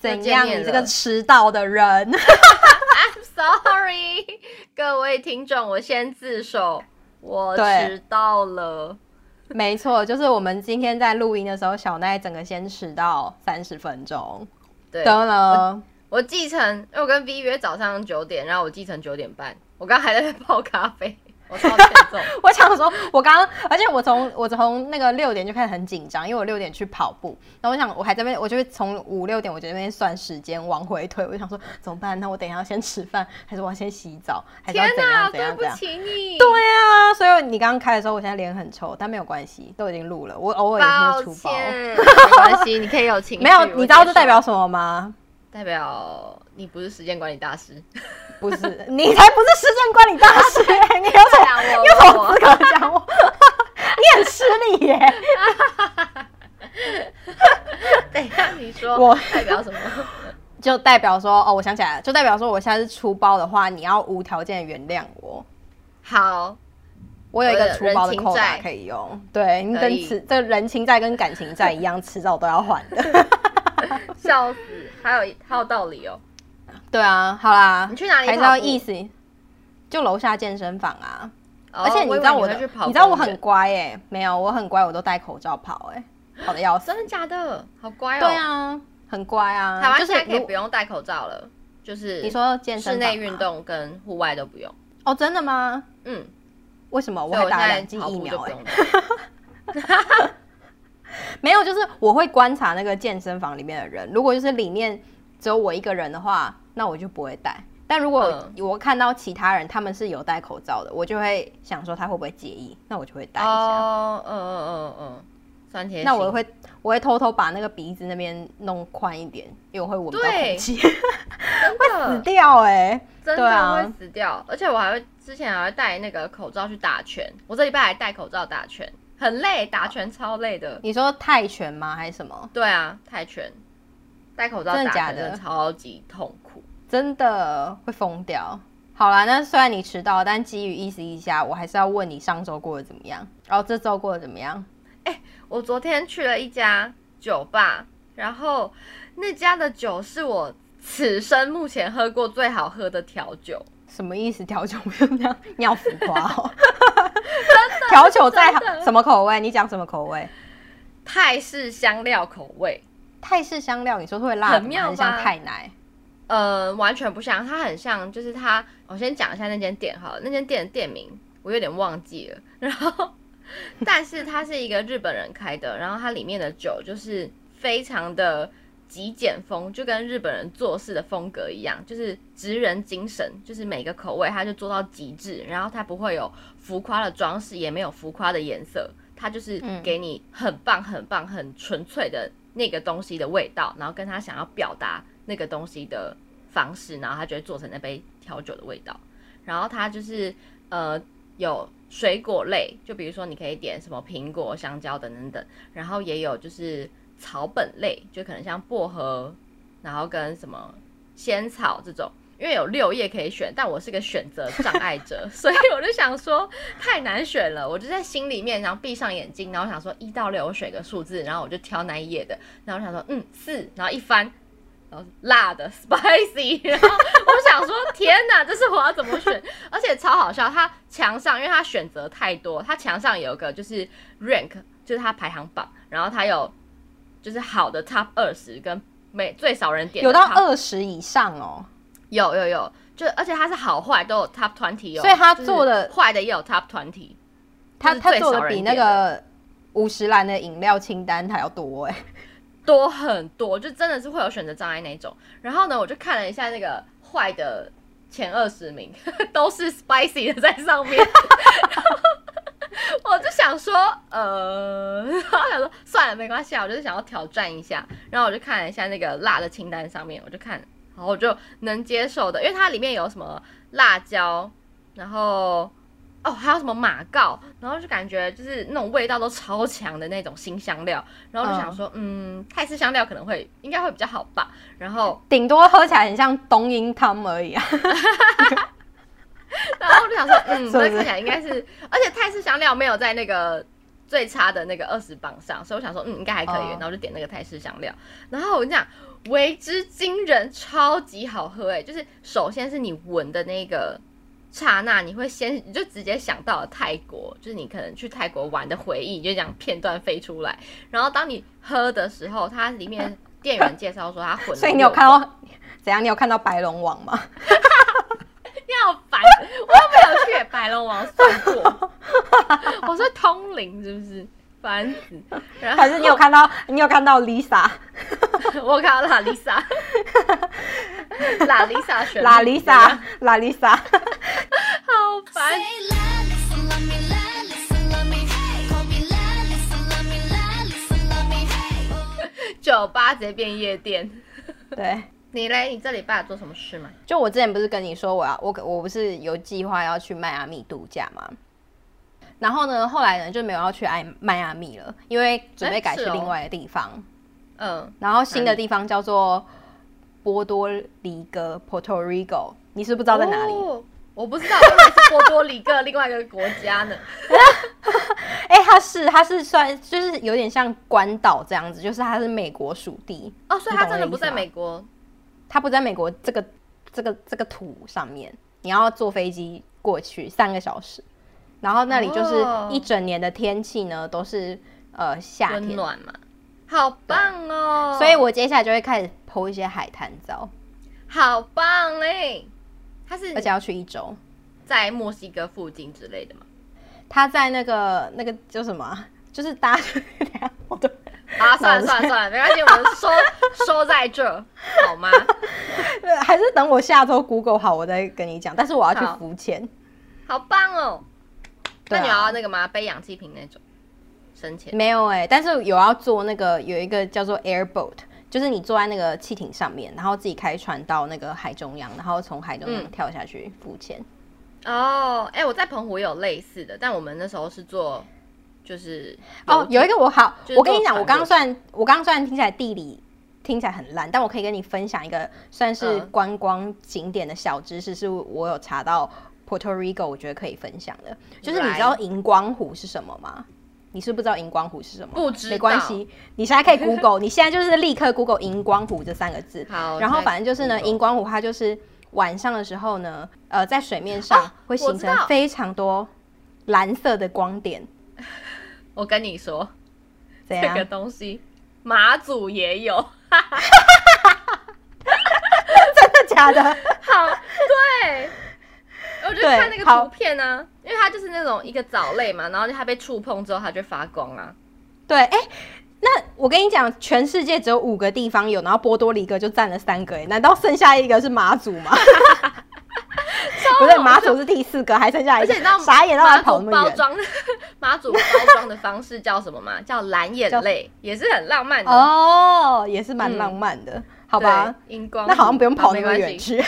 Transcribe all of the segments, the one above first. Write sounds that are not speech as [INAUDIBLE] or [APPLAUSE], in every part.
怎见样？面你这个了迟到的人， [LAUGHS] I'm sorry，各位听众，我先自首，我对迟到了。没错，就是我们今天在录音的时候，小奈整个先迟到三十分钟。对，得了，我继承，因为我跟 V 约早上九点，然后我继承九点半，我刚还在那边泡咖啡，我超欠 [LAUGHS] 揍。 [LAUGHS] [LAUGHS] 我想说，我刚刚，而且我从我从那个六点就开始很紧张，因为我六点去跑步，然后我想我还在那边，我就会从五六点我就在那边算时间往回推，我就想说怎么办？那我等一下要先吃饭，还是我要先洗澡，还是要天怎样怎对样不怎样？起你，对啊，所以你刚刚开的时候，我现在脸很臭，但没有关系，都已经录了，我偶尔也是抱会出包。歉，没关系，你可以有情绪。 [LAUGHS] 没有，我你知道接这代受表什么吗？代表你不是时间管理大师。不是， [LAUGHS] 你才不是市政管理大 [LAUGHS] 师、欸，你有什么对啊我 [LAUGHS] 你 [LAUGHS] 有什么资格讲我？ [LAUGHS] 你很失礼耶、等一下，你说我代表什么？ [LAUGHS] [LAUGHS] 就代表说哦，我想起来了，就代表说我下次出包的话，你要无条件地原谅我。好，我有一我个的出包的人情扣打债可以用，对你可跟以此这人情债跟感情债一样，迟早都要还 [LAUGHS] 的。笑死，还有还有道理哦。对啊，好啦，你去哪里还是跑要步意思，就楼下健身房啊。哦而且你我以为知道我你的，会去跑知道我公很园乖哎、没有，我很乖，我都戴口罩跑哎、跑的要死。真的假的？好乖哦。对，啊，很乖啊。台湾就现在是可以如不用戴口罩了，就是你说健身室内房运吗动跟户外都不用。哦，真的吗？嗯，为什么我所以还我打了现两在剂跑疫步就苗、不欸用？戴。没有，就是我会观察那个健身房里面的人，如果就是里面只有我一个人的话，那我就不会戴。 [LAUGHS] 但如果嗯我看到其他人他们是有戴口罩的，我就会想说他会不会介意，那我就会戴一下。哦，嗯嗯嗯嗯，酸甜。那我会我会偷偷把那个鼻子那边弄宽一点，因为我会闻不到对空气，真 [LAUGHS] 死的掉哎、真对啊的会死掉，而且我还会之前还会戴那个口罩去打拳，我这礼拜还戴口罩打拳，很累，打拳超累的。你说泰拳吗？还是什么？对啊，泰拳戴口罩真的打假拳真的的超级痛苦。真的会疯掉。好啦，那虽然你迟到，但基于意思一下，我还是要问你上周过得怎么样，然后这周过得怎么样？我昨天去了一家酒吧，然后那家的酒是我此生目前喝过最好喝的调酒。什么意思？调酒不用这样，你好浮夸哦！调酒再好真，的什么口味？你讲什么口味？泰式香料口味，泰式香料，你说是会辣的很吗？妙还是像吧泰奶？呃，完全不像，它很像，就是它，我先讲一下那间店好了，那间店的店名我有点忘记了，然后，但是它是一个日本人开的，然后它里面的酒就是非常的极简风，就跟日本人做事的风格一样，就是职人精神，就是每个口味它就做到极致，然后它不会有浮夸的装饰，也没有浮夸的颜色，它就是嗯给你很棒、很棒、很纯粹的那个东西的味道，然后跟他想要表达那个东西的方式，然后他就会做成那杯调酒的味道。然后它就是呃有水果类，就比如说你可以点什么苹果、香蕉等等等，然后也有就是草本类，就可能像薄荷，然后跟什么仙草这种。因为有六页可以选，但我是个选择障碍者， [LAUGHS] 所以我就想说太难选了。我就在心里面，然后闭上眼睛，然后想说一到六我选个数字，然后我就挑那一页的，然后我想说嗯四，然后一翻，然后辣的 [LAUGHS] spicy，然后我想说天哪，这是我要怎么选？而且超好笑，他墙上因为他选择太多，他墙上有个就是 rank，就是他排行榜，然后他有就是好的 top 二十跟每最少人点的有到 top 二十以上哦，有有有，就而且它是好坏都有 top 团体哦，所以它就是做的坏的也有 top 团体，他就是他最做少的人比那点的个五十岚的饮料清单还要多哎、多很多，就真的是会有选择障碍那种。然后呢，我就看了一下那个坏的前二十名， [LAUGHS] 都是 spicy 的在上面。然后我就想说，呃，然后想说算了，没关系啊，我就是想要挑战一下。然后我就看了一下那个辣的清单上面，我就看，然后我就能接受的，因为它里面有什么辣椒，然后哦还有什么马告，然后就感觉就是那种味道都超强的那种新香料。然后我就想说，嗯，泰式香料可能会应该会比较好吧。然后顶多喝起来很像冬阴汤而已啊。然后我就想说，嗯，嗯是不这 [LAUGHS] 是看起来应该是，而且泰式香料没有在那个最差的那个二十榜上，所以我想说，嗯，应该还可以哦然后我就点那个泰式香料，然后我跟你讲，为之惊人，超级好喝哎、就是首先是你闻的那个刹那，你会先你就直接想到了泰国，就是你可能去泰国玩的回忆，你就这样片段飞出来，然后当你喝的时候，它里面店员介绍说它混，所以你有看到怎样？你有看到白龙王吗？要白，我又没有去给白龙王算过， [LAUGHS] 我是通灵是不是？烦死！ [LAUGHS] 然后还是你有看到你有看到 Lisa [LAUGHS] 我看到拉丽莎，拉丽莎选拉 Lisa 拉 Lisa？ [LAUGHS] 好烦。酒吧直接变夜店。对，你嘞？你这礼拜有做什么事吗？就我之前不是跟你说我要我我不是有计划要去迈阿密度假吗？然后呢，后来呢就没有要去爱迈阿密了，因为准备哎改去是哦另外的地方。嗯，然后新哪的里地方叫做波多黎各 （Puerto Rico），你是不是不知道在哪里？哦我不知道，我以为是波多黎各另外一个国家 [LAUGHS] 呢。哎、它是它是算就是有点像关岛这样子，就是它是美国属地，哦，所以他真的你懂不我的意思在美国。它不在美国这个这个这个土上面，你要坐飞机过去三个小时，然后那里就是哦一整年的天气呢都是呃夏温天，暖嘛，好棒哦！所以我接下来就会开始剖一些海滩照，好棒嘞。他是而且要去一周。在墨西哥附近之类的嘛？ [LAUGHS] 它在那个那个叫什么啊？ [LAUGHS] 就是大家等一下我都啊，算了算了算了，没关系，我们收 [LAUGHS] 收在这好吗？对， [LAUGHS] 还是等我下周 Google 好，我再跟你讲。但是我要去好浮潜，好棒哦！对那啊你要那个吗？背氧气瓶那种深潜？没有哎、但是有要做那个有一个叫做 airboat，就是你坐在那个汽艇上面，然后自己开船到那个海中央，然后从海中央嗯跳下去浮潜。哦，哎、我在澎湖有类似的，但我们那时候是做就是哦，有一个我好就，是我跟你坐讲，船过我刚刚去算，我刚刚虽然听起来地理听起来很烂，但我可以跟你分享一个算是嗯观光景点的小知识，是我有查到 Puerto Rico，我觉得可以分享的，就是你来知道荧光湖是什么吗？你是不是知道荧光湖是什么？不知没关道系，你现在可以 Google，你现在就是立刻 Google 荧光湖这三个字。好然后再反正就是呢， Google 荧光湖它就是晚上的时候呢，呃，在水面上哦会我形知成道非常多蓝色的光点，我跟你说，怎这样？ [LAUGHS] 个东西马祖也有，真的假的？好对。我就对看那个好图片呢、啊，因为它就是那种一个藻类嘛，然后它被触碰之后，它就发光啊。对，哎、那我跟你讲，全世界只有五个地方有，然后波多黎各就占了三个，哎，难道剩下一个是马祖吗？不对，马祖是第四个，还剩下一而个且你知道，傻眼，让马他跑祖那么包远。装，马祖包装的方式叫什么吗？叫蓝眼叫泪，也是很浪漫的。哦，也是蛮嗯浪漫的，好好吧？，荧光那好像不用跑那么远。去，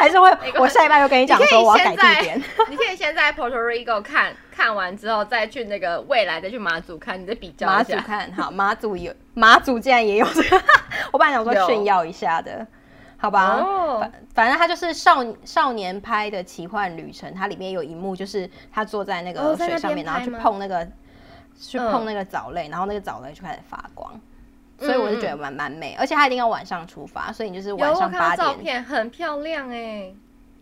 还是会 [LAUGHS] 没关系我下一半又跟你你讲可以说我要改先在地点。，你可以先在 Puerto Rico 看看完之后，再去那个未来再去马祖看，你再比较马一祖下。看好， [LAUGHS] 马祖有马祖竟然也有这个， [LAUGHS] 我本来想说有炫耀一下的，好吧？哦反，反正它就是少少年拍的奇幻旅程，它里面有一幕就是他坐在那哦个在那水上面，边然后去拍吗碰那个去嗯碰那个藻类，然后那个藻类就开始发光，嗯所以我就觉得蛮蛮美，而且它一定要晚上出发，所以你就是有晚我上看八到照点，片，很漂亮哎、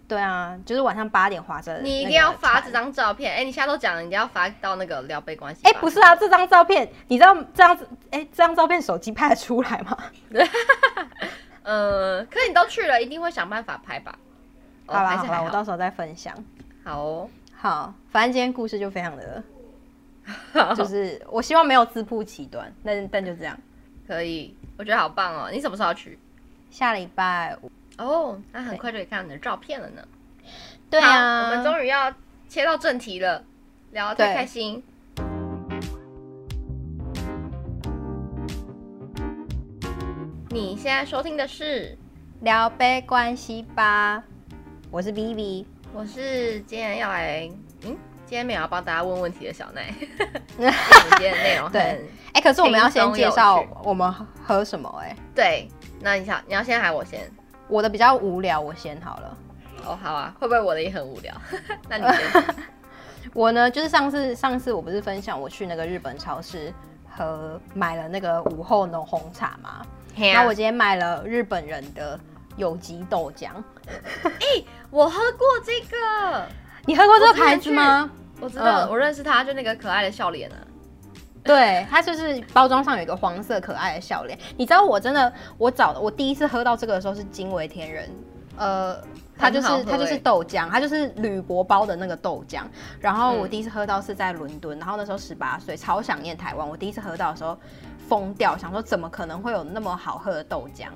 对啊，就是晚上八点划着，你一定要发这。张照片哎、你现在都讲了，你一定要发到那个聊杯关系吧。哎、不是啊，这张照片，你知道这样子，哎、这张照片手机拍得出来吗？呃，可是你都去了，一定会想办法拍吧？哦好啦还好是啦，还我好。到时候再分享。好哦， [LAUGHS] 好，反正今天故事就非常的，就是我希望没有自曝其短，但但就这样。可以，我觉得好棒哦。你什么时候要去？下礼拜五，哦，那很快就可以看到你的照片了呢。对啊好我们终于要切到正题了，聊得对太开心。你现在收听的是，聊杯关系吧。我是 Vivi，我是今天要来，嗯，今天没有要帮大家问问题的小 [LAUGHS] 奈，因为嗯我们今天的内容 [LAUGHS] 很对哎、可是我们要先介绍轻松我们喝什么、哎，对。那你想，你要先还我先？我的比较无聊，我先好了。 [LAUGHS] 哦，好啊，会不会我的也很无聊？那你先。我呢，就是上次上次我不是分享我去那个日本超市和买了那个午后浓红茶嘛，嘿然啊后我今天买了日本人的有机豆浆。我喝过这个，你喝过这我个之前牌子吗？我知道，嗯我认识他，就那个可爱的笑脸 [LAUGHS] 啊。 [LAUGHS] 对，它就是包装上有一个黄色可爱的笑脸。你知道我真的，我找我第一次喝到这个的时候是惊为天人。呃，它就是、很好喝它就是欸豆浆，它就是铝箔包的那个豆浆。然后我嗯第一次喝到是在伦敦，然后那时候十八岁，超想念台湾。我第一次喝到的时候疯掉，想说怎么可能会有那么好喝的豆浆？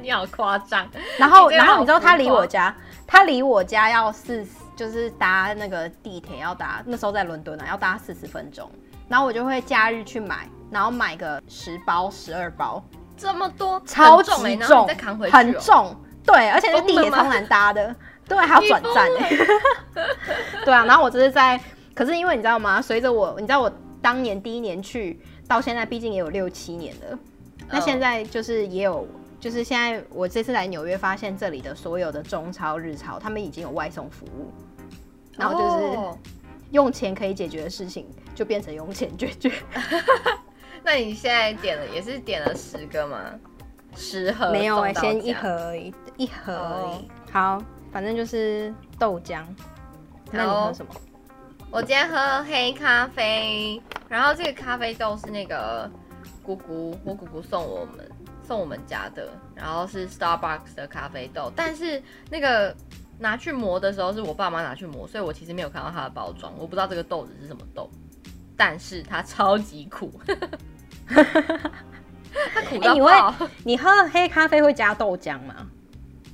你好夸张， [LAUGHS] 然后，你这个然后你知道好浮他离夸我家，他离我家要四十，就是搭那个地铁要搭，那时候在伦敦啊，要搭四十分钟。然后我就会假日去买，然后买个十包、十二包，这么多，超很级重欸，然后重，你再扛回去、哦，很重，对，而且那个地疯铁了吗超难搭的，对，还要转站、欸，对啊。然后我这是在，可是因为你知道吗？随着我，你知道我当年第一年去到现在，毕竟也有六七年了。 [LAUGHS] 那嗯现在就是也有，就是现在我这次来纽约，发现这里的所有的中超、日超，他们已经有外送服务，然后就是哦用钱可以解决的事情，就变成用钱解决。那你现在点了也是点了十个吗？十盒 [LAUGHS] 没有哎、哎、先一，盒而已，一盒而已。哦好，反正就是豆浆。那你好喝什么？我今天喝黑咖啡，然后这个咖啡豆是那个姑姑，我姑姑送我们送我们家的，然后是 Starbucks 的咖啡豆，但是那个拿去磨的时候是我爸妈拿去磨，所以我其实没有看到它的包装，我不知道这个豆子是什么豆，但是它超级苦， [LAUGHS] 它苦哎到你会爆。你喝黑咖啡会加豆浆吗？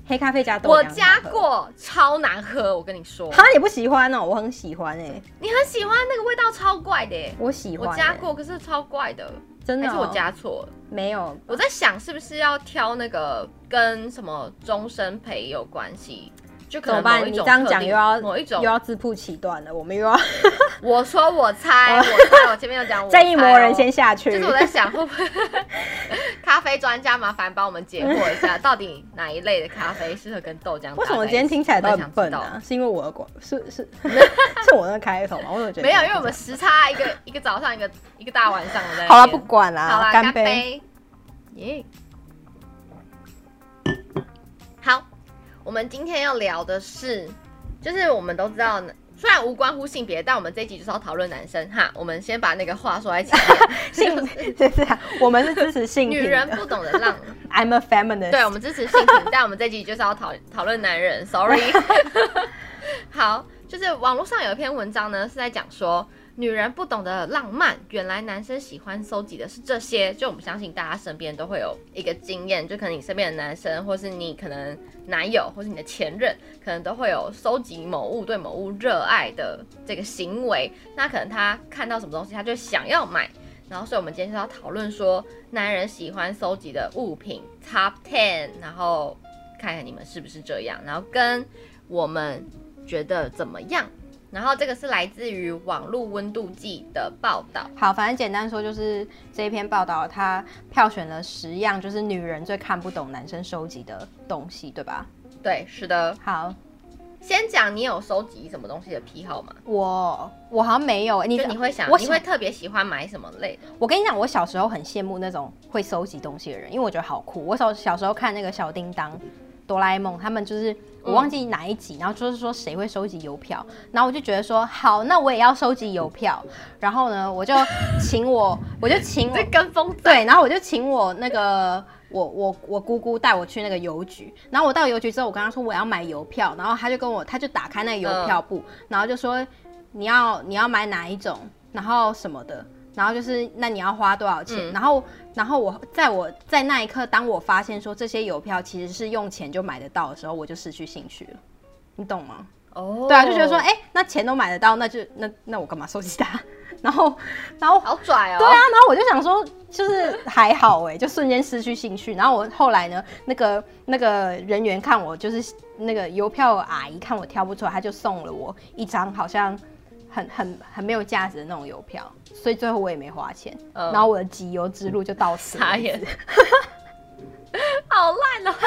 黑咖啡加豆浆？我加。过，超难喝，我跟你说，他也不喜欢哦，我很喜欢哎、你很喜欢那个味道，超怪的耶。我喜欢、我欸。加，过，可是超怪的，真的、还哦？是我加错了？没有，我在想是不是要挑那个跟什么终身陪有关系，就可能怎么办？某一你种这样讲特定又要某一种哦又。要自曝其短了，我们又要 [LAUGHS] 我说我猜，我猜，我前面有讲我猜正哦义魔人先。下去。就是我在哦想，会不 [LAUGHS] 会咖啡专家麻烦帮我们解惑一 [LAUGHS] 下，到底哪一类的咖啡适合跟豆浆搭在一起？为什么我今天听起来都我很想知笨道啊？是因为我的广是 [LAUGHS] 是是我的开头吗？我怎么觉得没有，因为我们时差一 [LAUGHS] 个一个早上，一个一个大晚上我在那边。好了，不管好啦，啦，干干 [LAUGHS] 杯。杯！耶、好，我们今天要聊的是，就是我们都知道，虽然无关乎性别，但我们这一集就是要讨论男生哈。我们先把那个话说在前 [LAUGHS] 面，性对对啊，我们是支 [LAUGHS] 持性女平人的。不懂得让， I'm a feminist。对我们支持性平，但我们这集就是要讨讨论男人，sorry。好，就是网络上有一篇文章呢，是在讲说女人不懂得浪漫，原来男生喜欢搜集的是这些。就我们相信大家身边都会有一个经验，就可能你身边的男生，或是你可能男友，或是你的前任，可能都会有收集某物对某物热爱的这个行为。那可能他看到什么东西，他就想要买。然后，所以我们今天是要讨论说男人喜欢搜集的物品 Top Ten，然后看看你们是不是这样，然后跟我们觉得怎么样。然后这个是来自于网络温度计的报道，好，反正简单说就是这一篇报道，它票选了十样，就是女人最看不懂男生收集的东西，对吧？对，是的。好，先讲你有收集什么东西的癖好吗？我我好像没有，你就你会想，我你喜会特别喜欢买什么类的？我跟你讲，我小时候很羡慕那种会收集东西的人，因为我觉得好酷。我小小时候看那个小叮当、哆啦 A 梦，他们就是我忘记哪一集，然后就是说谁会收集邮票，然后我就觉得说好，那我也要收集邮票。然后呢，我就请我，我就请我这跟风仔对，然后我就请我那个我我我姑姑带我去那个邮局，然后我到邮局之后，我跟她说我要买邮票，然后她就跟我，她就打开那个邮票嗯簿，然后就说你要你要买哪一种，然后什么的，然后就是那你要花多少钱，嗯然后然后我在我在那一刻，当我发现说这些邮票其实是用钱就买得到的时候，我就失去兴趣了。你懂吗？哦对啊，就觉得说，哎、那钱都买得到，那就那那我干嘛收集它？ [LAUGHS] 然后，然后好拽哦。对啊，，然后我就想说，就是还好哎、就瞬间失去兴趣。然后我后来呢，那个那个人员看我就是那个邮票阿姨看我挑不出来，他就送了我一张好像很很很没有价值的那种邮票，所以最后我也没花钱。嗯然后我的集邮之路就到此为止傻 [LAUGHS] 眼，好烂哦！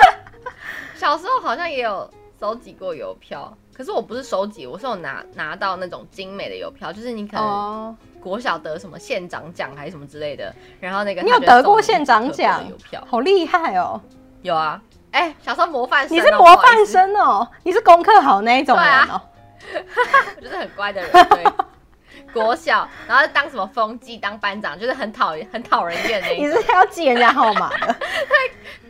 小时候好像也有收集过邮票，可是我不是收集，我是有拿拿到那种精美的邮票，就是你可能哦，国小得什么县长奖还是什么之类的，然后那个你他有就会得送过你县长特别的奖邮票？好厉害哦！有啊，哎、小时候模范生你啊，是模范生哦，你是功课好那一种人对哦。不好意思，我就是很乖的人，对， [LAUGHS] 国小，然后当什么风纪当班长，就是很讨厌很讨人厌那一你种，是要记人家号码 [LAUGHS] 的，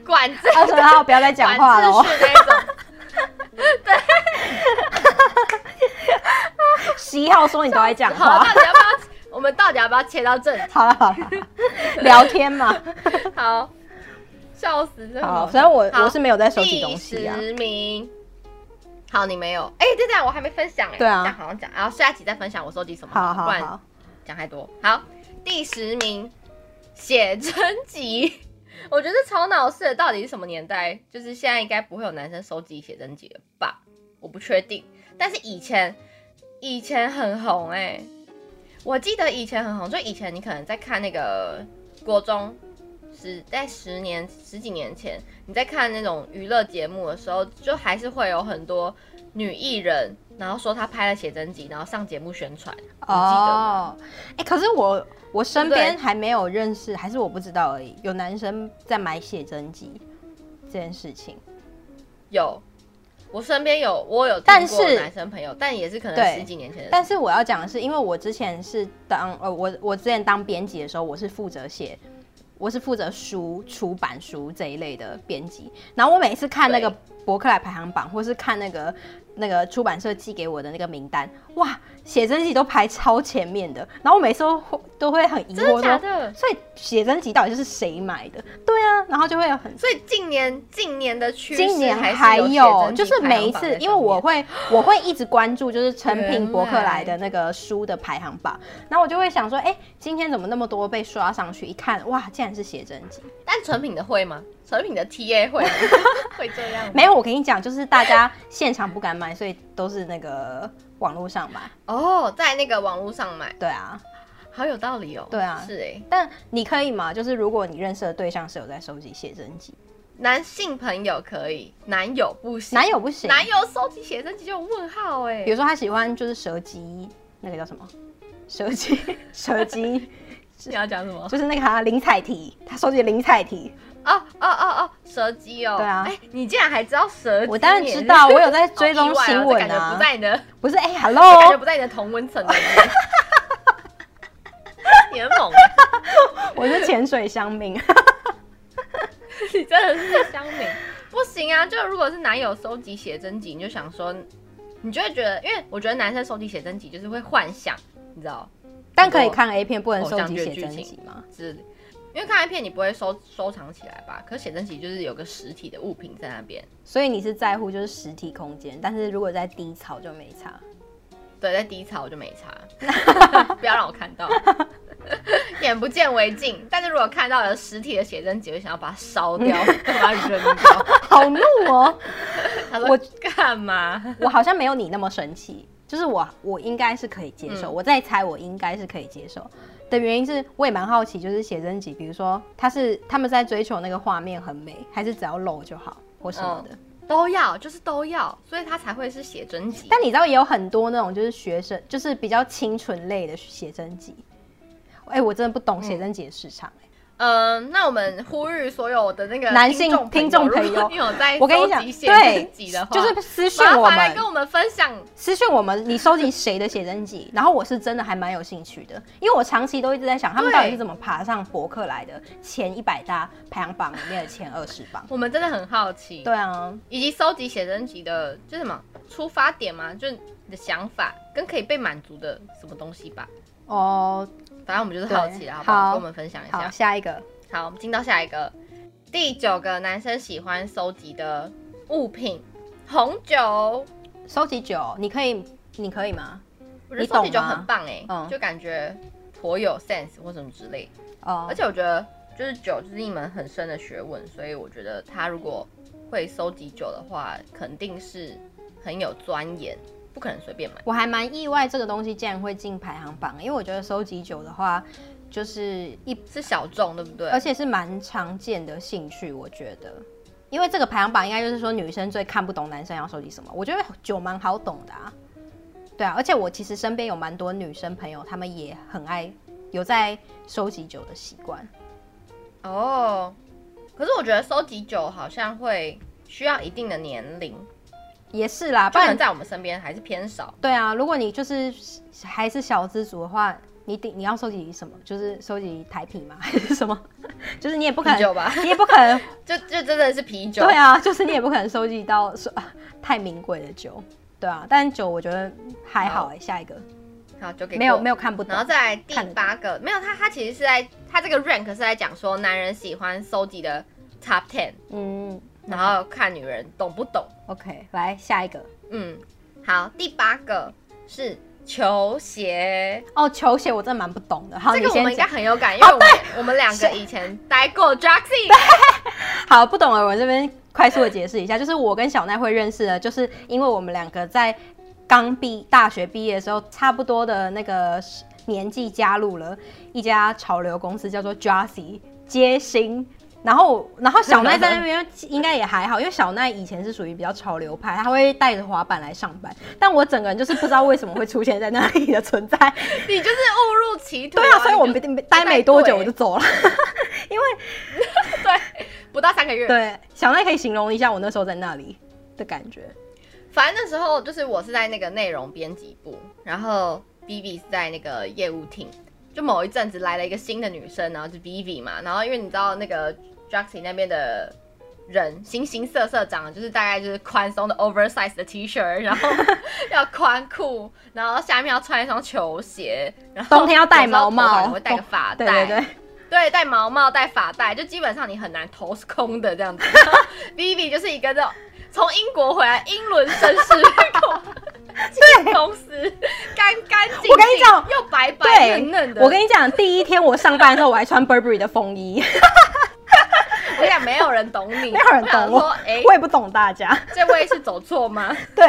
管制二十二号不要再啊讲话了管哦秩，序那一种。十一号说你都在讲好了，话。到底要不要？我们到底要不要切到正题？ [LAUGHS] 好了好了，聊天嘛。好，笑死！真的好，笑所以我 [LAUGHS] 好我是没有在收集东西啊第。十名。好，你没有。哎、对对，我还没分享哎、对啊这样好像讲，然后下一集再分享我收集什么，好好哦不然好，讲太多。好，第十名，写真集。 [LAUGHS] 我觉得超脑式的到底是什么年代？就是现在应该不会有男生收集写真集了吧？我不确定，但是以前以前很红哎、我记得以前很红，就以前你可能在看那个国中十在十年十几年前，你在看那种娱乐节目的时候，就还是会有很多女艺人，然后说她拍了写真集，然后上节目宣传，你记得吗？哦，哎、可是我我身对边不还没有认识，还是我不知道而已。有男生在买写真集这件事情，有，我身边有我有但听过是男生朋友，但也是可能对十几年前的事，但是我要讲的是，因为我之前是当呃我我之前当编辑的时候，我是负责写。我是负责书出版书这一类的编辑，然后我每次看那个对博客来排行榜，或是看那个那个出版社寄给我的那个名单，哇，写真集都排超前面的，然后我每次都会都会很疑惑真的说假，的？所以写真集到底是谁买的？对啊，然后就会有很。所以近年近年的趋势，今年还还是有写真集就是每一排行榜次，在因为我上面会我会一直关注就是成原来品博客来的那个书的排行榜，然后我就会想说，哎、今天怎么那么多被刷上去？一看，哇，竟然是写真集。但成品的会吗？成品的 TA [LAUGHS] 会吗 [LAUGHS] 会这样吗？没有，我跟你讲，就是大家现场不敢买，所以都是那个网络上买。哦，在那个网络上买，对啊，好有道理哦。对啊是哎，但你可以嘛？就是如果你认识的对象是有在收集写真集，男性朋友可以，男友不行，男友不行。男友收集写真集就有问号哎比。如说他喜欢就是蛇姬，那个叫什么？蛇姬， [LAUGHS] 蛇姬 [LAUGHS] 你要讲什么？就是那个他林采缇，他收集林采缇，哦哦哦哦，蛇姬哦。对啊哎，你竟然还知道蛇姬？我当然你也知是道，我有在好追踪意外哦新这闻感觉啊不，在你的，不是哎、h e [LAUGHS] l 这感觉 l 不在你的同温层里面。 [LAUGHS] 你很猛啊， o 我是潜水 [LAUGHS] 乡民，你真的是乡民。不行啊，就如果是男友收集写真集，你就想说，你就会觉得，因为我觉得男生收集写真集就是会幻想，你知道。但可以看 A 片，不能偶收像集剧写剧真情集吗？是，因为看 A 片你不会收收藏起来吧？可是写真集就是有个实体的物品在那边，所以你是在乎就是实体空间，但是如果在低潮就没 [LAUGHS] 差。对，在低潮我就没查， [LAUGHS] 不要让我看到，眼不见为净。但是如果看到了实体的写真集，我想要把它烧 [LAUGHS] 掉，把它扔掉。好怒哦！他说我干嘛？ [LAUGHS] 我好像没有你那么生气，就是我我应该是可以接受，嗯我在猜我应该是可以接受的原因是，我也蛮好奇，就是写真集，比如说他是他们在追求那个画面很美，还是只要露就好或什嗯么的？都要，就是都要，所以它才会是写真集。但你知道也有很多那种就是学生，就是比较清纯类的写真集。哎、我真的不懂写真集的市场、欸嗯，那我们呼吁所有的那个男性听听众众朋友，朋友如果你有在我跟你收讲，集写真集的对话，，就是私讯麻我烦来们跟，我们分享私讯我们，你收集谁的写真集？然后我是真的还蛮有兴趣的，因为我长期都一直在想，他们对到底是怎么爬上博客来的前一百大排行榜里面的前二十榜？我们真的很好奇，对，啊，以及收集写真集的，就是什么出发点嘛，就是你的想法跟可以被满足的什么东西吧。哦，反正我们就是对好奇啦，好不好？好跟我们分享一好，下。下一个，好，我们进到下一个，第九个男生喜欢收集的物品，红酒。收集酒，你可以，你可以吗？我觉得你收懂集酒吗很棒哎、嗯就感觉颇有 sense 或什么之类。而哦，且我觉得，就是酒就是一门很深的学问，所以我觉得他如果会收集酒的话，肯定是很有钻研，不可能随便买。我还蛮意外这个东西竟然会进排行榜，因为我觉得收集酒的话，就是一，是小众，对不对？而且是蛮常见的兴趣，我觉得。因为这个排行榜应该就是说女生最看不懂男生要收集什么，我觉得酒蛮好懂的啊。对啊，而且我其实身边有蛮多女生朋友，她们也很爱有在收集酒的习惯。哦，可是我觉得收集酒好像会需要一定的年龄，也是啦，不不然能在我们身边还是偏少。对啊，如果你就是还是小资族的话，你顶你要收集什么？就是收集台啤吗？还是什么？就是你也不可啤能，酒吧，你也不可能， [LAUGHS] 就就真的是啤酒。对啊， [LAUGHS] 就是你也不可能收集到说啊太名贵的酒，对啊。但酒我觉得还好哎、下一个好，就给没有过没有看不懂然后，再来第看得八个，没有他，他其实是在他这个 rank 是在讲说男人喜欢收集的 top ten，嗯然后看女人懂不懂。 ，OK，来下一个嗯，好，第八个是球鞋，哦，球鞋我真的蛮不懂的。好，这你个我们先应该讲。很有感，因为我们、我们两个以前待过 Jaxi， [LAUGHS] 好，不懂的我这边快速的解释一下，就是我跟小奈会认识的，就是因为我们两个在刚毕大学毕业的时候，差不多的那个年纪加入了一家潮流公司，叫做 Jazzy 街星。然后，然后小奈在那边应该也还好，因为小奈以前是属于比较潮流派，她会带着滑板来上班。但我整个人就是不知道为什么会出现在那里的 [LAUGHS] 存在， [LAUGHS] 你就是误入歧途、对啊，所以我你们就待没多久对我就走了。对不到三个月，对，小奈可以形容一下我那时候在那里的感觉。反正那时候就是我是在那个内容编辑部，然后 Vivi 是在那个业务厅。就某一阵子来了一个新的女生，然后就 Vivi 嘛，然后因为你知道那个 Jaxi 那边的人形形色色，长得就是大概就是宽松的 oversize 的 T 恤，然 [LAUGHS] 后要宽裤，然后下面要穿一双球鞋，然后冬天要戴毛帽有时候头发也哦会戴个发带，对对对，对，戴毛帽、戴发带，就基本上你很难头是空的这样子。Vivi [LAUGHS] 就是一个这种从英国回来英伦绅士对公司，干干净净，我跟你讲又白白嫩嫩对，的。我跟你讲，第一天我上班的时候，我还穿 Burberry 的 [LAUGHS] 风衣，我跟你讲，没有人懂你，没有人想懂说我，哎、我也不懂 [LAUGHS] 大家。这位是走错吗？ [LAUGHS] 对，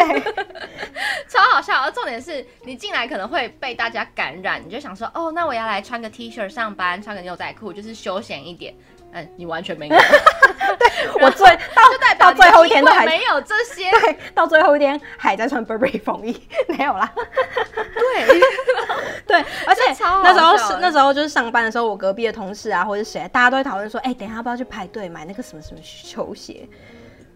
超好笑。而重点是你进来可能会被大家感染，你就想说，哦，那我要来穿个 T 恤上班，穿个牛仔裤，就是休闲一点。嗯，你完全没 [LAUGHS] 有，我最就代到表到最后一天都 [LAUGHS] 还没有这些。 [LAUGHS] 对，到最后一天还在穿 Burberry 风衣， [LAUGHS] 没有啦。对， [LAUGHS] 对，而且这超好那时候笑是的那时候就是上班的时候，我隔壁的同事啊，或者是谁，大家都会讨论说，哎、等一下要不要去排队买那个什么什么球鞋？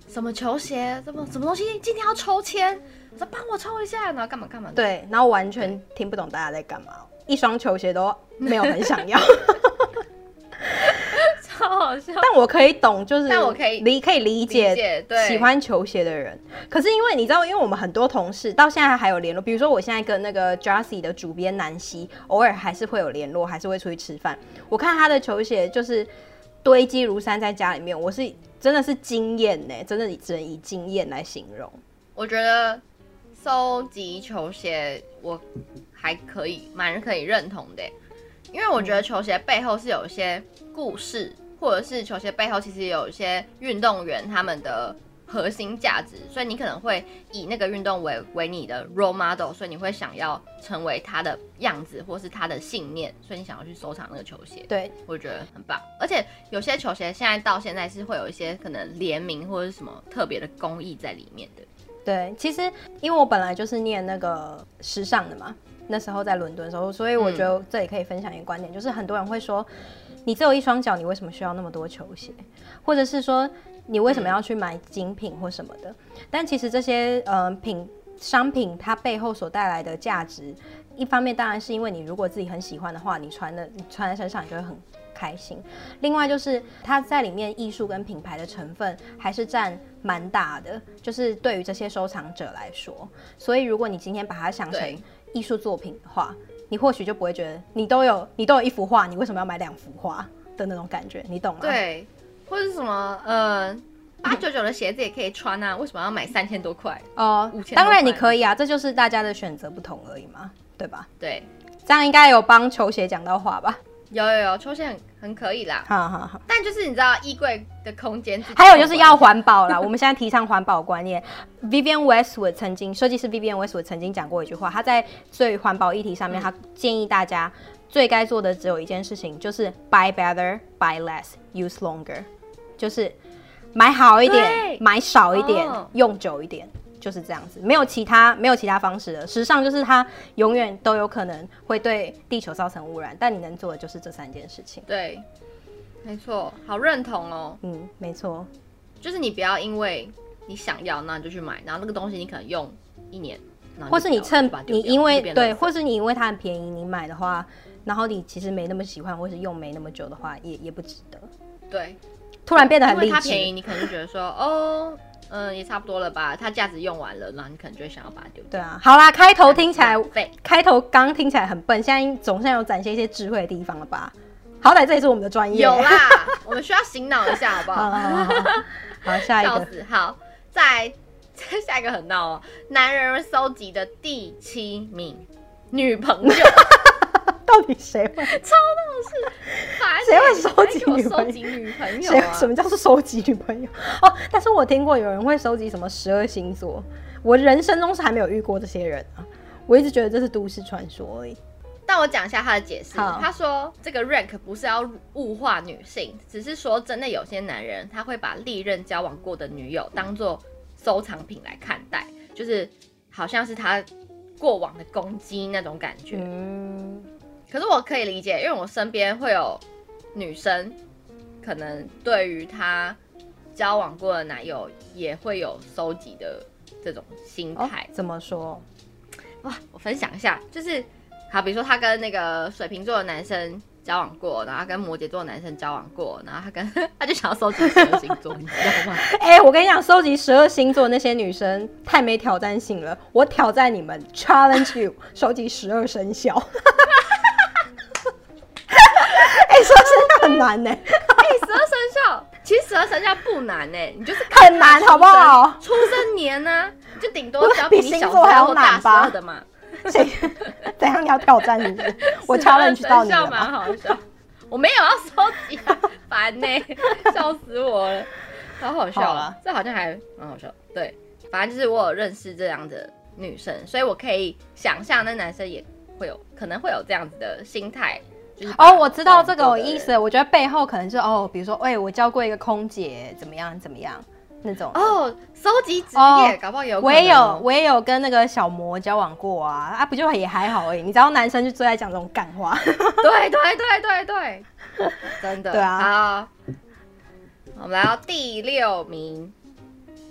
什么球鞋，什么什么东西，今天要抽签，我说帮我抽一下，然后干嘛干嘛的。对，然后完全听不懂大家在干嘛，一双球鞋都没有很想要。超好笑。 [LAUGHS] 但我可以懂，就是但我可以理可以理理解解对喜欢球鞋的人。可是因为你知道，因为我们很多同事到现在还有联络，比如说我现在跟那个 Jassy 的主编南希，偶尔还是会有联络，还是会出去吃饭。我看他的球鞋就是堆积如山在家里面，我是真的是惊艳呢，真的只能以惊艳来形容。我觉得收集球鞋我还可以，蛮可以认同的，因为我觉得球鞋背后是有一些故事，或者是球鞋背后其实有一些运动员他们的。核心价值，所以你可能会以那个运动为为你的 role model，所以你会想要成为他的样子，或是他的信念，所以你想要去收藏那个球鞋。对，我觉得很棒。而且有些球鞋现在到现在是会有一些可能联名或者是什么特别的工艺在里面的。对，其实因为我本来就是念那个时尚的嘛，那时候在伦敦的时候，所以我觉得这里可以分享一个观点，就是很多人会说，你只有一双脚，你为什么需要那么多球鞋？或者是说，你为什么要去买精品或什么的？但其实这些呃品商品它背后所带来的价值，一方面当然是因为你如果自己很喜欢的话，你穿的你穿在身上你就会很开心。另外就是它在里面艺术跟品牌的成分还是占蛮大的，就是对于这些收藏者来说，所以如果你今天把它想成对艺术作品的话，你或许就不会觉得你都有你都有一幅画，你为什么要买两幅画的那种感觉，你懂吗？对，或者是什么呃八九九的鞋子也可以穿啊，为什么要买三千多块？哦5000当然多你块可以啊，这就是大家的选择不同而已嘛，对吧？对，这样应该有帮球鞋讲到话吧？有有有，球鞋很很可以啦，好好好。但就是你知道衣柜的空间自己控还管，有就是要环保啦，我 [LAUGHS] 们现在提倡环保观念。Vivian Westwood 曾经设计师 Vivian Westwood 曾经讲过一句话，他在对环保议题上面，他建议大家最该做的只有一件事情，就是 buy better, buy less, use longer，就是买好一点对，买少一点，哦用久一点，就是这样子，没有其他没有其他方式了。时尚就是它永远都有可能会对地球造成污染，但你能做的就是这三件事情。对，没错，好认同哦。嗯，没错，就是你不要因为你想要，那你就去买，然后那个东西你可能用一年，然后或是你就不要趁就把它丢你掉因为就变对，垃圾或是你因为它很便宜，你买的话，然后你其实没那么喜欢，或是用没那么久的话，也也不值得。对，突然变得很因励为它志，便宜，你可能就觉得说哦，嗯，也差不多了吧，它价值用完了，然后你可能就会想要把它丢掉。对啊，好啦，开头听起来，费，开头刚听起来很笨，现在总算有展现一些智慧的地方了吧？好歹这也是我们的专业。有啦， [LAUGHS] 我们需要醒脑一下，好不 [LAUGHS] 好？好好好好好好，下一笑个，死，好，再来 [LAUGHS] 下一个很闹哦，男人收集的第七名，女朋 [LAUGHS] 友，到底谁会？烦欸谁会收集谁给我女朋友啊收集女朋友谁啊什？么叫做收集女朋友？哦，但是我听过有人会收集什么十二星座，我人生中是还没有遇过这些人啊。我一直觉得这是都市传说而已。但我讲一下他的解释。好他说，这个 rank 不是要物化女性，只是说真的有些男人他会把历任交往过的女友当做收藏品来看待，就是好像是他过往的攻击那种感觉。嗯，可是我可以理解，因为我身边会有女生，可能对于她交往过的男友也会有收集的这种心哦态。，怎么说？哦哇，我分享一下，就是好，比如说她跟那个水瓶座的男生交往过，然后她跟摩羯座的男生交往过，然后她跟 [LAUGHS] 她就想要收集十二星座，你知道 [LAUGHS] 吗？ [LAUGHS] 哎、我跟你讲，收集十二星座那些女生太没挑战性了。我挑战你们，challenge you，收集十二生肖。 [LAUGHS] 哎、十二生肖很难呢、哎、十二生肖，其实十二生肖不难哎、你就是很难好不好？出生年呢、你就顶多只要比比星你小座时候还要或难大时候吧的嘛。 [LAUGHS] 谁怎样？你要挑战 [LAUGHS] 你？我 challenge 12到你生了肖蛮吗？好笑，我没有要收集、啊，烦 [LAUGHS] 呢、笑死我了，好好笑好啊啦！这好像还蛮好笑，对，反正就是我有认识这样的女生，所以我可以想象那男生也会有可能会有这样子的心态。就是把哦，我知道这个所我有的意人思了，我觉得背后可能是哦，比如说，哎、我教过一个空姐，怎么样怎么样那种。哦，收集职哦业，搞不好有可我能也有哦，我也有跟那个小魔交往过啊，啊，不就也还好而已。你知道，男生就最爱讲这种干话。 [LAUGHS] 对对对对对，真的对啊好，我们来到第六名，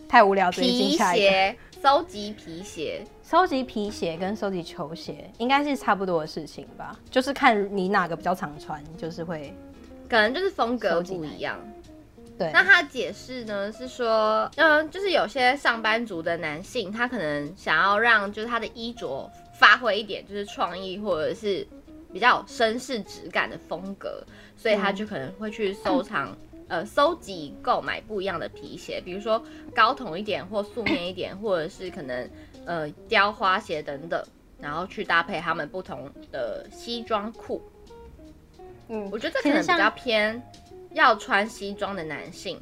太无聊，直接进皮下一个。鞋，收集皮鞋。收集皮鞋跟收集球鞋应该是差不多的事情吧，就是看你哪个比较常穿，就是会可能就是风格不一样。对。那他解释呢是说，嗯，就是有些上班族的男性，他可能想要让就是他的衣着发挥一点就是创意或者是比较有绅士质感的风格，所以他就可能会去收藏。呃，收集购买不一样的皮鞋，比如说高筒一点或素面一点，或者是可能呃雕花鞋等等，然后去搭配他们不同的西装裤。嗯我觉得这其可实能比较像偏要穿西装的男性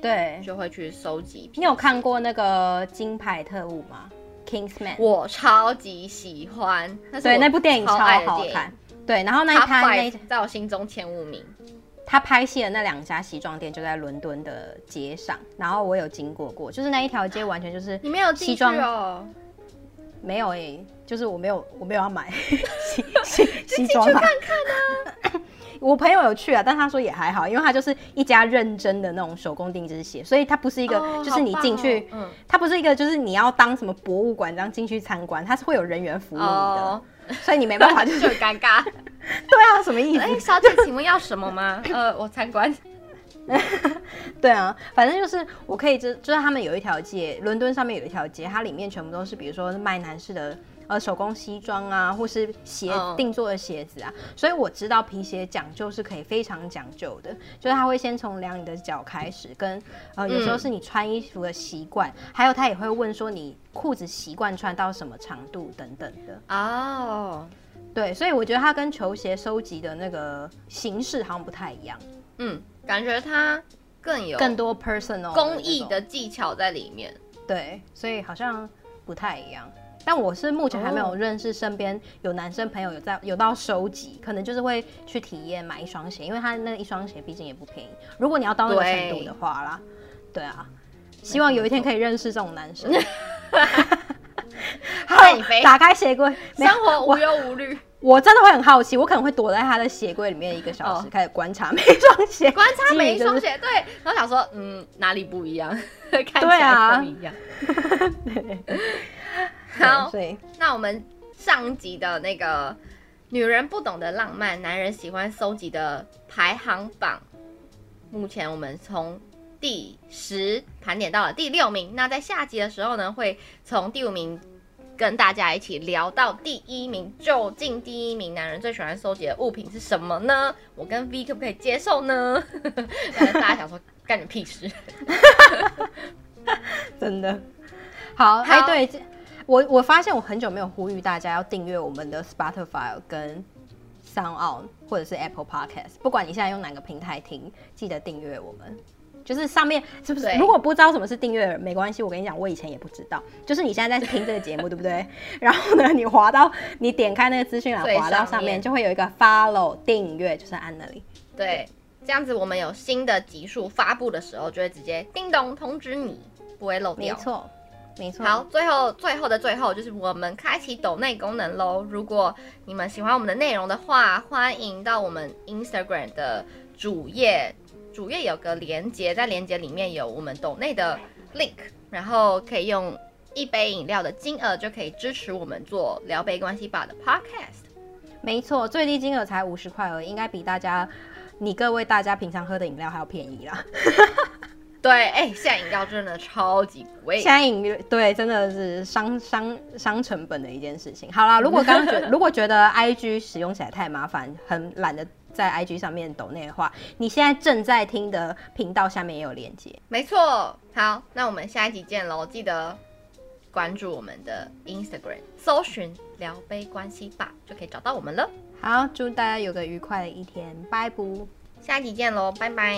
对，就会去收集。你有看过那个《金牌特务》吗？Kingsman，我超级喜欢，那是对，我那部电影超爱的好电影看。。对，然后那 Top 他那 Five 在我心中前五名，他拍戏的那两家西装店就在伦敦的街上，然后我有经过过，就是那一条街完全就是你没有西进去装哦？没有诶、就是我没有，我没有要买西西西装嘛。 [LAUGHS] 我朋友有去啊，但他说也还好，因为他就是一家认真的那种手工定制鞋，所以它不是一一个、就是你进去，嗯，它不是一个就是你要当什么博物馆这样进去参观，它是会有人员服务你的，哦，所以你没办 [LAUGHS] 法就 [LAUGHS] 就是很尴尬。对啊，什么意思？哎，小姐，请问要什么吗？呃，我参观。对啊，反正就是我可以知，就是他们有一条街，伦敦上面有一条街，它里面全部都是，比如说卖男士的呃手工西装啊，或是鞋、嗯定做的鞋子啊，所以我知道皮鞋讲究是可以非常讲究的，就是他会先从量你的脚开始，跟呃有时候嗯是你穿衣服的习惯，还有他也会问说你裤子习惯穿到什么长度等等的。哦，对，所以我觉得它跟球鞋收集的那个形式好像不太一样，嗯，感觉它更有更多 personal 工艺的那种的技巧在里面。对，所以好像不太一样。但我是目前还没有哦认识身边有男生朋友有在有到收集，可能就是会去体验买一双鞋，因为他那一双鞋毕竟也不便宜。如果你要到那个程度的话啦，对啊，希望有一天可以认识这种男 [LAUGHS] 生。太肥打开鞋柜，没生有活无我忧无虑，我真的会很好奇，我可能会躲在他的鞋柜里面一个小时，哦开始观察每一双鞋，观察基于每一就是双鞋，对，然后想说，嗯，哪里不一样， [LAUGHS] 看起对啊来不一样。 [LAUGHS] 对好，所以那我们上一集的那个女人不懂得浪漫，男人喜欢搜集的排行榜，目前我们从第十盘点到了第六名。那在下集的时候呢，会从第五名跟大家一起聊到第一名，究竟第一名男人最喜欢搜集的物品是什么呢？我跟 V 可不可以接受呢？ [LAUGHS] 感觉大家想说干你屁事。真的好哎，好对，这我我发现我很久没有呼吁大家要订阅我们的 Spotify 跟 Sound On 或者是 Apple Podcast，不管你现在用哪个平台听，记得订阅我们。就是上面是不是对？如果不知道什么是订阅人，没关系，我跟你讲，我以前也不知道。就是你现在在听这个节 [LAUGHS] 目，对不对？然后呢，你滑到你点开那个资讯栏，最滑到上上面面就会有一个 follow 订阅，就是按那里。对，这样子我们有新的集数发布的时候，就会直接叮咚通知你，不会漏没掉。错，没错。好，，最后最后的最后，就是我们开启抖内功能喽。如果你们喜欢我们的内容的话，欢迎到我们 Instagram 的主页，主页有个连接，在连接里面有我们抖内的 link，然后可以用一杯饮料的金额就可以支持我们做聊杯关系吧的 podcast。没错，最低金额才五十块而已，应该比大家你各位大家平常喝的饮料还要便宜啦。对，哎、现在饮料真的超级贵现。在饮料对真的是伤伤伤成本的一件事情。好啦，如果刚刚觉如果觉得 IG 使用起来太麻烦，很懒得在 IG 上面抖内的话，你现在正在听的频道下面也有链接。没错，好，那我们下一集见喽！记得关注我们的 Instagram，搜寻“聊杯关系吧”就可以找到我们了。好，祝大家有个愉快的一天，拜拜。下一集见喽，拜拜。